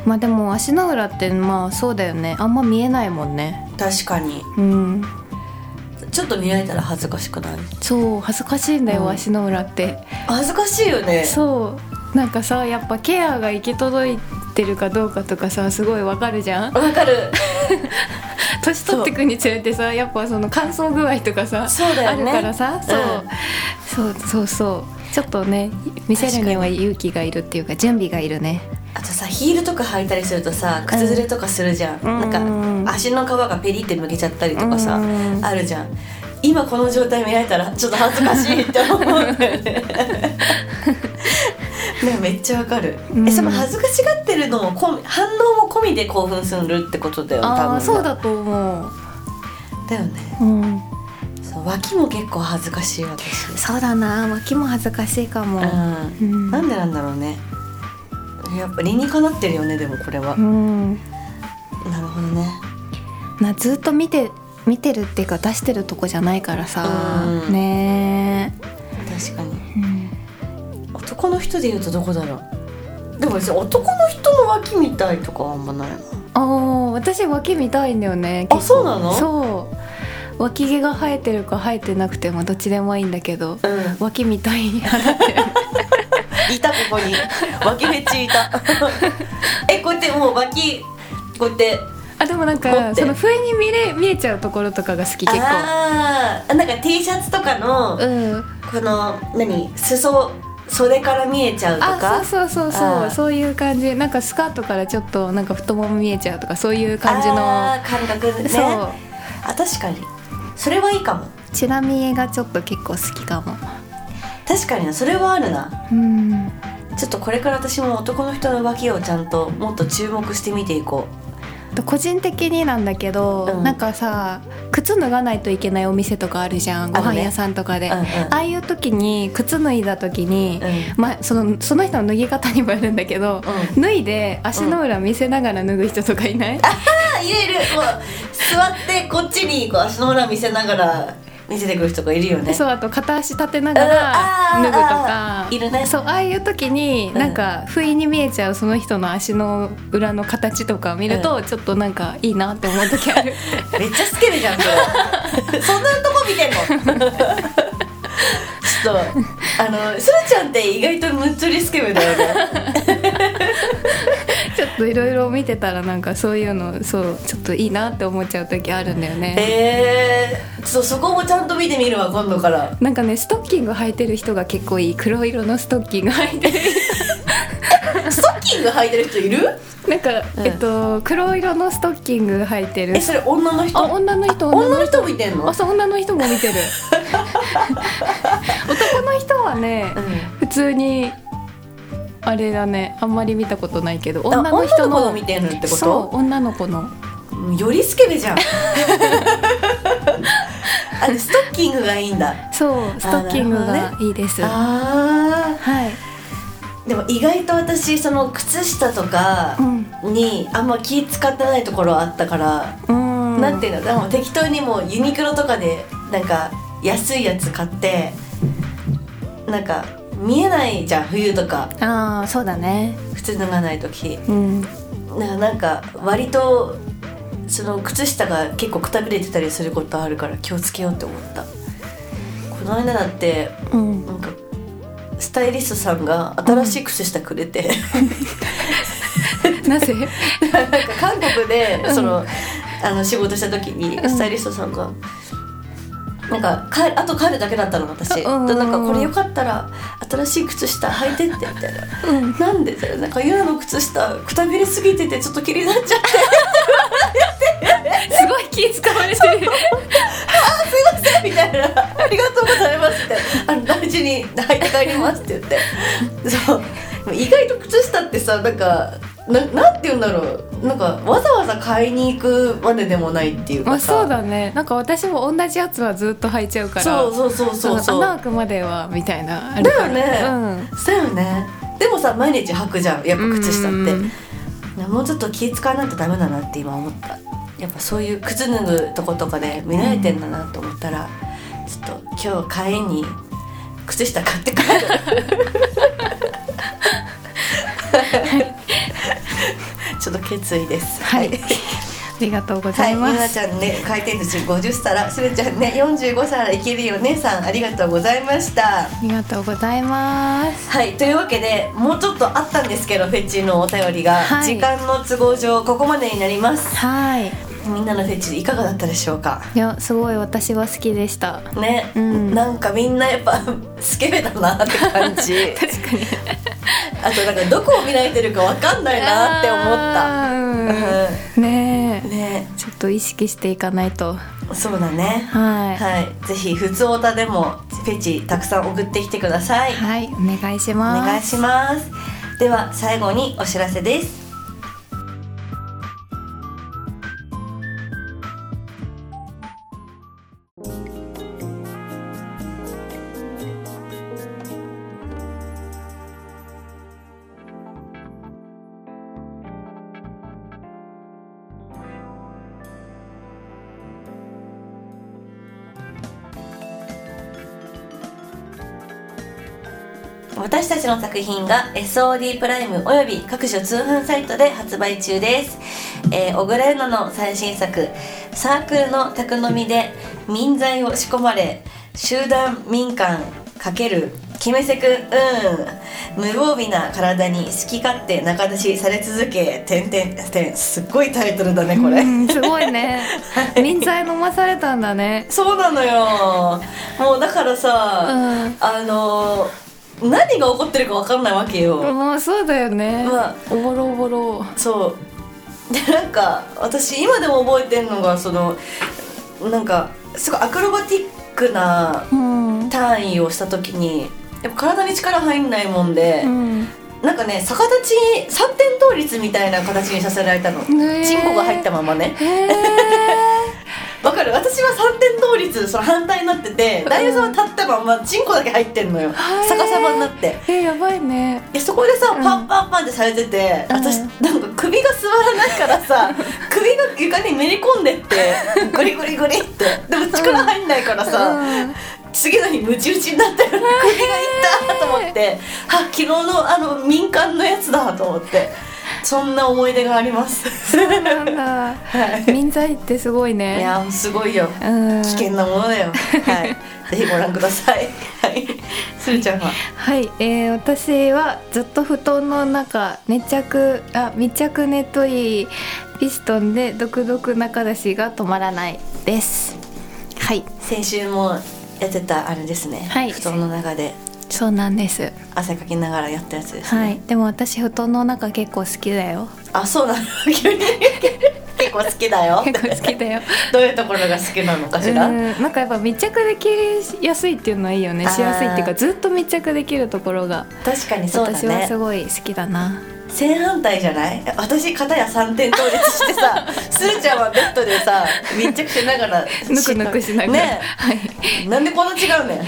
Speaker 1: まあでも足の裏ってまあそうだよねあんま見えないもんね
Speaker 2: 確かに
Speaker 1: うん
Speaker 2: ちょっと見られたら恥ずかしくない
Speaker 1: そう恥ずかしいんだよ、
Speaker 2: うん
Speaker 1: 足の裏って
Speaker 2: 恥ずかしいよね
Speaker 1: そうなんかさやっぱケアが行き届いてるかどうかとかさすごいわかるじゃん
Speaker 2: わかる
Speaker 1: 年取ってくにつれてさやっぱその乾燥具合とかさ
Speaker 2: そうだよね
Speaker 1: あるからさそう,、そうそうそうちょっとね見せるには勇気がいるっていうか準備がいるね
Speaker 2: あとさヒールとか履いたりするとさ靴ずれとかするじゃん、
Speaker 1: うん
Speaker 2: なんか足の皮がペリってむけちゃったりとかさ、
Speaker 1: うん
Speaker 2: あるじゃん今この状態見られたらちょっと恥ずかしいって思う んだよねでもめっちゃわかる、
Speaker 1: うん
Speaker 2: えその恥ずかしがってるのも込み反応も込みで興奮するってことだよ多
Speaker 1: ああ
Speaker 2: 分
Speaker 1: ーそうだと思う
Speaker 2: だよね
Speaker 1: うん
Speaker 2: そう脇も結構恥ずかしい私
Speaker 1: そうだな脇も恥ずかしいかも
Speaker 2: う、
Speaker 1: うんん
Speaker 2: なんでなんだろうねやっぱ理にかなってるよねでもこれは、
Speaker 1: うん
Speaker 2: なるほどね
Speaker 1: なずっと見て見てるっていうか出してるとこじゃないからさ、
Speaker 2: うん
Speaker 1: ね
Speaker 2: 確かに
Speaker 1: え、うん
Speaker 2: 男の人で言うとどこだろうでも別に男の人の脇みたいとかはあんまないな
Speaker 1: ああ私脇見たいんだよね
Speaker 2: あそうなの
Speaker 1: そう脇毛が生えてるか生えてなくてもどっちでもいいんだけど
Speaker 2: うん
Speaker 1: 脇みたいに
Speaker 2: いたここ に脇フェチい たえこうやってもう脇こうやって
Speaker 1: あでもなん
Speaker 2: 持っ
Speaker 1: か
Speaker 2: て
Speaker 1: その不意に見れ見えちゃうところとかが好き結構
Speaker 2: あーなんか T シャツとかの、
Speaker 1: うん
Speaker 2: この何裾袖から見えちゃうとか
Speaker 1: あそうそう
Speaker 2: あ
Speaker 1: そうそ
Speaker 2: ー
Speaker 1: うそういう感じなんかスカートからちょっとなんか太もも見えちゃうとかそういう感じの
Speaker 2: あー感覚ね
Speaker 1: そう
Speaker 2: あ確かにそれはいいかも
Speaker 1: チラ見えがちょっと結構好きかも
Speaker 2: 確かになそれはあるな
Speaker 1: うん
Speaker 2: ちょっとこれから私も男の人の浮気をちゃんともっと注目して見ていこ
Speaker 1: 個人的になんだけど、
Speaker 2: うん
Speaker 1: なんかさ靴脱がないといけないお店とかあるじゃんご
Speaker 2: ある
Speaker 1: 飯
Speaker 2: ね
Speaker 1: 屋さんとか
Speaker 2: う、
Speaker 1: で、
Speaker 2: うんうん
Speaker 1: ああいう時に靴脱いだ時に、
Speaker 2: うん
Speaker 1: まあ、そのその人の脱ぎ方にもよるんだけど、脱いで足の裏見せながら脱ぐ人とかいない、
Speaker 2: あいるいるもう座ってこっちにこう足の裏見せながら見せてくる人がいるよね
Speaker 1: そうあと片足立てながら
Speaker 2: うんあー
Speaker 1: 脱ぐとか
Speaker 2: あーいるね
Speaker 1: そうああいう時に
Speaker 2: うん
Speaker 1: なんか不意に見えちゃうその人の足の裏の形とか見るとちょっとなんかいいなって思う 時ある
Speaker 2: めっちゃスケベじゃんそ れそんなとこ見てんの ちょっとあのスラちゃんって意外とむっちゃりスケベだ よね
Speaker 1: ちょっといろいろ見てたらなんかそういうのそうちょっといいなって思っちゃう時あるんだよね
Speaker 2: えー、そうそこもちゃんと見てみるわ今度から
Speaker 1: なんかねストッキング履いてる人が結構いい黒色のストッキング履 いてる
Speaker 2: ストッキング履いてる人いる
Speaker 1: なんか、
Speaker 2: うん
Speaker 1: えっと黒色のストッキング履いてる
Speaker 2: えそれ女の
Speaker 1: あ
Speaker 2: 人
Speaker 1: 女の人女の
Speaker 2: 女
Speaker 1: 人
Speaker 2: の人もいてんの
Speaker 1: あそう女の人も 見てる男の人はね
Speaker 2: うん
Speaker 1: 普通にあれだねあんまり見たことないけど
Speaker 2: あ
Speaker 1: 女の人の
Speaker 2: 女の子の見てるってこと
Speaker 1: そう女の子の
Speaker 2: うんよりスケベじゃん あれストッキングがいいんだ
Speaker 1: そうストッキング
Speaker 2: なる
Speaker 1: が
Speaker 2: ほ
Speaker 1: いいです、
Speaker 2: あ
Speaker 1: はい、
Speaker 2: ーでも意外と私その靴下とか
Speaker 1: うん
Speaker 2: にあんま気使ってないところあったから、
Speaker 1: うん、
Speaker 2: なんていうのでも適当にもうユニクロとかでなんか安いやつ買ってなんか見えないじゃん冬とか
Speaker 1: ああそうだね
Speaker 2: 靴脱がない時
Speaker 1: うん
Speaker 2: ななんか割とその靴下が結構くたびれてたりすることあるから気をつけようって思ったこの間だって
Speaker 1: うん
Speaker 2: なんかスタイリストさんが新しい靴下くれて、
Speaker 1: なぜ
Speaker 2: なんか韓国で
Speaker 1: うん
Speaker 2: その、あの仕事した時に
Speaker 1: うん
Speaker 2: スタイリストさんが、なんか帰あと帰るだけだったの私、
Speaker 1: うん
Speaker 2: でなんかこれよかったら新しい靴下履いてってみたいな
Speaker 1: う
Speaker 2: な
Speaker 1: ん
Speaker 2: んでだよなんかユナの靴下くたびれすぎててちょっと気になっちゃって
Speaker 1: すごい気使われてる
Speaker 2: みたいな「ありがとうございます」って「あの大事に履いて帰ります」って言ってそう意外と靴下ってさなんかななんて言うんだろうなんかわざわざ買いに行くまででもないっていう
Speaker 1: ま
Speaker 2: か
Speaker 1: あ
Speaker 2: さ、
Speaker 1: そうだねなんか私も同じやつはずっと履いちゃうから
Speaker 2: そうそうそうそう
Speaker 1: そ
Speaker 2: そ
Speaker 1: の穴
Speaker 2: う
Speaker 1: 開くまではみたいなあるから
Speaker 2: だよ
Speaker 1: うん
Speaker 2: そうよねでもさ毎日履くじゃんやっぱ靴下って
Speaker 1: うん
Speaker 2: もうちょっと気使わないとダメだなって今思ったやっぱそういう靴脱ぐとことかで見られてんだなと思ったら、ちょっと今日買いに靴下買 って帰るちょっと決意です
Speaker 1: はいありがとうござ
Speaker 2: はいい、
Speaker 1: ま
Speaker 2: ゆな
Speaker 1: す。
Speaker 2: ちゃんね回転寿司50皿するちゃんね45皿いけるよねさんありがとうございました
Speaker 1: ありがとうございます。
Speaker 2: はいというわけでもうちょっとあったんですけどフェチのお便りが、
Speaker 1: はい
Speaker 2: 時間の都合上ここまでになります
Speaker 1: はい。
Speaker 2: みんなのフェチいかがだったでしょうか
Speaker 1: いや、すごい私は好きでした。
Speaker 2: ね、
Speaker 1: うん
Speaker 2: なんかみんなやっぱ スケベだなって感じ
Speaker 1: 確かに。
Speaker 2: あとなんかどこを見られてるかわかんないなって思った
Speaker 1: った。うん。ねえ。
Speaker 2: ね
Speaker 1: ちょっと意識していかないと。
Speaker 2: そうだね
Speaker 1: は
Speaker 2: はいぜひ普通オタでもフェチたくさん送ってきてください
Speaker 1: い。はい、お願いし
Speaker 2: お
Speaker 1: ます。
Speaker 2: 願いしますでは最後にお知らせです私たちの作品が SOD プライムおよび各種通販サイトで発売中です、えー小倉優乃の最新作サークルの宅飲みで民財を仕込まれ集団民間×決めせくうん無防備な体に好き勝手仲出しされ続けてんてんてんすっごいタイトルだねこれ、
Speaker 1: うん、すごいね。民剤飲まされたんだね。
Speaker 2: そうなのよもうだから
Speaker 1: う
Speaker 2: さ、
Speaker 1: ん。
Speaker 2: あのー何が起こってるか分かんないわけよ、
Speaker 1: もうそうだよね。
Speaker 2: まあ
Speaker 1: おぼろおぼろ。
Speaker 2: そう でなんか私今でも覚えてんのがそのなんかすごいアクロバティックな
Speaker 1: うん。
Speaker 2: 単位をした時にでも体に力入んないもんで、
Speaker 1: うん
Speaker 2: なんかね逆立ち三点倒立みたいな形にさせられたの、
Speaker 1: へー
Speaker 2: チンコが入ったままね
Speaker 1: へえ
Speaker 2: わかる私は三点倒立その反対になってて
Speaker 1: うん
Speaker 2: 大優さんは立ったままチンコだけ入ってんのよ
Speaker 1: ー
Speaker 2: 逆さまになって
Speaker 1: えやばいね
Speaker 2: いやそこでさ
Speaker 1: うん
Speaker 2: パンパンパンってされてて、
Speaker 1: うん
Speaker 2: 私なんか首が座らないからさ 首が床にめり込んでってグリグリグリってでも力入んないからさ、
Speaker 1: うん
Speaker 2: 次の日ムチ打ちになってる首がいったと思ってあ昨日のあの民間のやつだと思ってそんな思い出があります
Speaker 1: そうなんだ
Speaker 2: はい
Speaker 1: 民財ってすごいね
Speaker 2: いやすごいよ
Speaker 1: うん
Speaker 2: 危険なものだよ はいぜひご覧くださいはいするちゃんは
Speaker 1: はい、えー私はずっと布団の中熱着あ密着ねといいピストンで独独仲出しが止まらないですはい
Speaker 2: 先週もやってたあれですね、
Speaker 1: はい
Speaker 2: 布団の中で
Speaker 1: そうなんです
Speaker 2: 汗かきながらやったやつですね、
Speaker 1: はいでも私布団の中結構好きだよ
Speaker 2: あそうなの 急に結構好きだよ
Speaker 1: 結構好きだ よ
Speaker 2: どういうところが好きなのかしら、
Speaker 1: うんなんかやっぱ密着できやすいっていうのはいいよね
Speaker 2: あー
Speaker 1: しやすいっていうかずっと密着できるところが、
Speaker 2: 確かにそうだ
Speaker 1: 私は
Speaker 2: ね
Speaker 1: すごい好きだな
Speaker 2: 正反対じゃない私片や3点倒立して さすーちゃんはベッドでさ密着しながら
Speaker 1: ぬくぬくしながら、
Speaker 2: ね
Speaker 1: はい
Speaker 2: えなんでこん な違うねん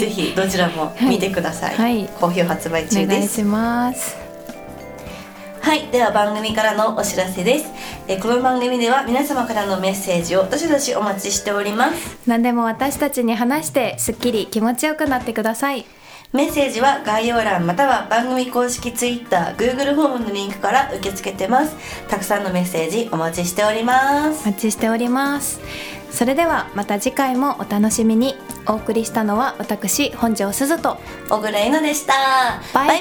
Speaker 2: ぜひどちらも見てください、
Speaker 1: はい
Speaker 2: 好評発売中
Speaker 1: お願
Speaker 2: で
Speaker 1: い
Speaker 2: す
Speaker 1: します
Speaker 2: はい、では番組からのお知らせです。えーこの番組では皆様からのメッセージをどしどしお待ちしております。
Speaker 1: 何でも私たちに話してすっきり気持ちよくなってください
Speaker 2: メッセージは概要欄または番組公式 Twitter、Google フォームのリンクから受け付けてます。たくさんのメッセージお待ちしております。
Speaker 1: お待ちしておりますそれではまた次回もお楽しみにお送りしたのは私本庄すずと
Speaker 2: 小倉優乃でした。
Speaker 1: バイバイ